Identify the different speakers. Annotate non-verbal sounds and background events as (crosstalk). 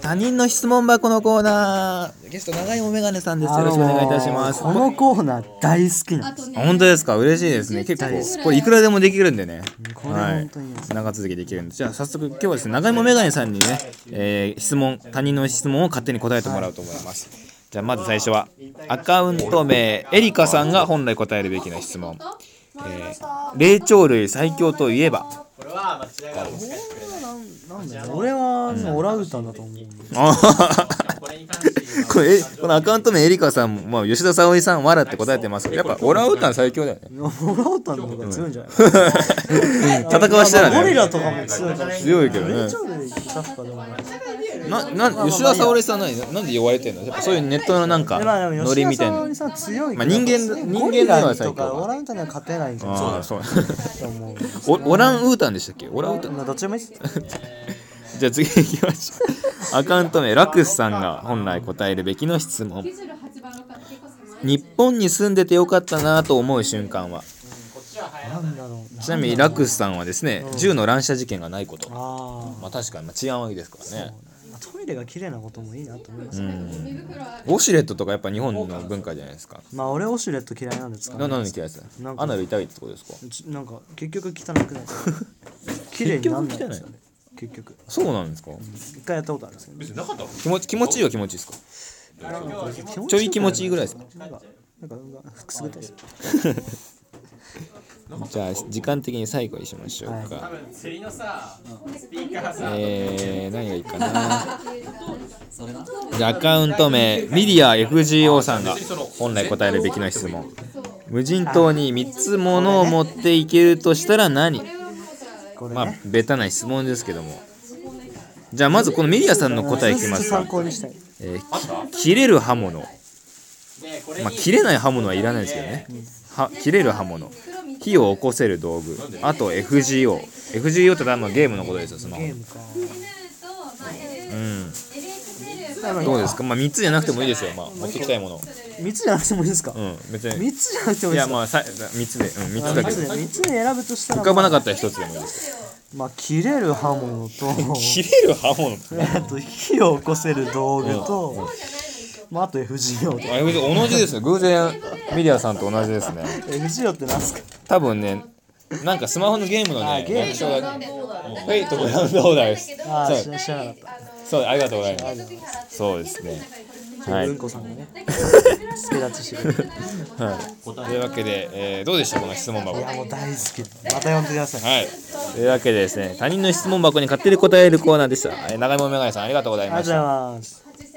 Speaker 1: 他人の質問箱のコーナーゲスト長いお眼鏡さんですよろしくお願いいたします
Speaker 2: このコーナー大好きなんで
Speaker 3: あと
Speaker 2: す。
Speaker 3: ね
Speaker 1: 本当ですか嬉しいですね結
Speaker 3: 大好
Speaker 1: 構
Speaker 3: き
Speaker 1: これいくらでもできるんでね
Speaker 2: これ本当に
Speaker 1: はい、長続きできるんでじゃあ早速今日はですね長芋メガネさんにね、えー質問他人の質問を勝手に答えてもらおうと思います、じゃあまず最初はアカウント名エリカさんが本来答えるべきな質問、えー霊長類最強といえば
Speaker 2: なんだろう俺はあのオランウータンだと思う。
Speaker 1: あー (laughs) これえこのアカウント名エリカさんも、まあ、吉田沙保里さんわらって答えてますけどやっぱオランウータン最強だよ (laughs) ね
Speaker 2: オランウータンの方が強いんじゃない
Speaker 1: 戦わしたら
Speaker 2: ゴリラ
Speaker 1: ね
Speaker 2: とかも強いかもしれない。
Speaker 1: 強いけどね
Speaker 2: ちょうどいい確かでもない。
Speaker 1: なな吉田沙保里さん何なんで呼ばれてんのやっぱそういうネットのなんか
Speaker 2: えまあでも
Speaker 1: ノリみたいな
Speaker 2: 吉田沙保里さん強いけど。
Speaker 1: まあ人間
Speaker 2: ね
Speaker 1: 人間
Speaker 2: ゴリラ
Speaker 1: では最
Speaker 2: と
Speaker 1: 強
Speaker 2: かオランウータンには勝てないんじゃない
Speaker 1: ああそう
Speaker 2: と思う。
Speaker 1: おオランウータンでしたっけオランウータン
Speaker 2: どっちでもいいっす。
Speaker 1: じゃあ次行きましょうアカウント名ラクスさんが本来答えるべきの質問
Speaker 3: 98番の方結構狭い
Speaker 1: 日本に住んでてよかったなと思う瞬間は
Speaker 2: なんだろう。
Speaker 1: ちなみにラクスさんはですね銃の乱射事件がないこと
Speaker 2: あ
Speaker 1: まあ確かにまあ治安はいいですからね
Speaker 2: あ。トイレが綺麗なこともいいなと思います。
Speaker 3: 寝袋ある
Speaker 1: ウォシュレットとかやっぱ日本の文化じゃないですか
Speaker 2: まあ俺オシュレット嫌いなんで使わな
Speaker 1: ない何で嫌いです
Speaker 2: なんか
Speaker 1: アナル痛いってことですか
Speaker 2: ちなんか結局汚くなる
Speaker 1: (laughs)
Speaker 2: 綺麗になんないんですよね結局
Speaker 1: そうなんですか
Speaker 2: 一回やったことあるんですけど
Speaker 4: なかったの
Speaker 1: 気持ち気持ちいいは気持ちいいですか
Speaker 2: ち
Speaker 1: ちょい気持ちいいぐらいですか
Speaker 2: なんかなんかなんかくすぐったいです
Speaker 1: じゃあ時間的に最後にしましょうか
Speaker 4: 釣りのさ、
Speaker 1: えー、何がいいかな。じゃあアカウント名、ミディア FGO さんが本来答えるべきな質問。無人島に3つものを持っていけるとしたら何
Speaker 2: これ
Speaker 1: まあ
Speaker 2: ね、
Speaker 1: ベタな質問ですけども。じゃあまずこのミディアさんの答えいき
Speaker 2: ちょ
Speaker 1: ま
Speaker 2: っと
Speaker 1: すか
Speaker 2: 参。考にしたい
Speaker 1: えーき切れる刃物。まあ、切れない刃物はいらないですけどね。は切れる刃物。火を起こせる道具。あと FGO。FGO って多分ゲームのことですよ、スマホ
Speaker 2: ゲ
Speaker 1: の
Speaker 2: ー。ムか
Speaker 1: うん。
Speaker 2: なん
Speaker 1: どう
Speaker 2: か
Speaker 1: ですかまあ3つじゃなくてもいいですよ、まあ、持ってきたいもの
Speaker 2: 三つじゃなくてもいいですか
Speaker 1: うん別に
Speaker 2: 三つじゃなくても
Speaker 1: い
Speaker 2: いいで
Speaker 1: や
Speaker 2: すか
Speaker 1: まあさ3つでうん3つだ
Speaker 2: 三
Speaker 1: け
Speaker 2: つ
Speaker 1: で
Speaker 2: で三つに選ぶとしたら
Speaker 1: 浮かばなか
Speaker 2: っ
Speaker 1: ったら1つでもいいです
Speaker 2: たまあ切れる刃物と
Speaker 1: 切れる刃物
Speaker 2: あと火を起こせる道具とまああと FGO と
Speaker 1: あ同じですね偶然ミリアさんと同じですね
Speaker 2: FGO ってなんすか
Speaker 1: 多分ねなんかスマホのゲームのね
Speaker 2: ゲーム
Speaker 1: 略称がフェイトブラウンドオーダーです
Speaker 2: ああ知ら知らなかった
Speaker 1: そうありがとうござい (laughs) ますそうですねは
Speaker 2: うん
Speaker 1: い
Speaker 2: こさんがねスケダチしてくれて
Speaker 1: というわけで、えーどうでしたこの質問箱
Speaker 2: いやもう大好きまた呼んでください
Speaker 1: はい。というわけでですね、他人の質問箱に勝手に答えるコーナーでした。えー長芋メガネさん、ありがとうござい
Speaker 2: ありがとうご
Speaker 1: ました
Speaker 2: ざい。ます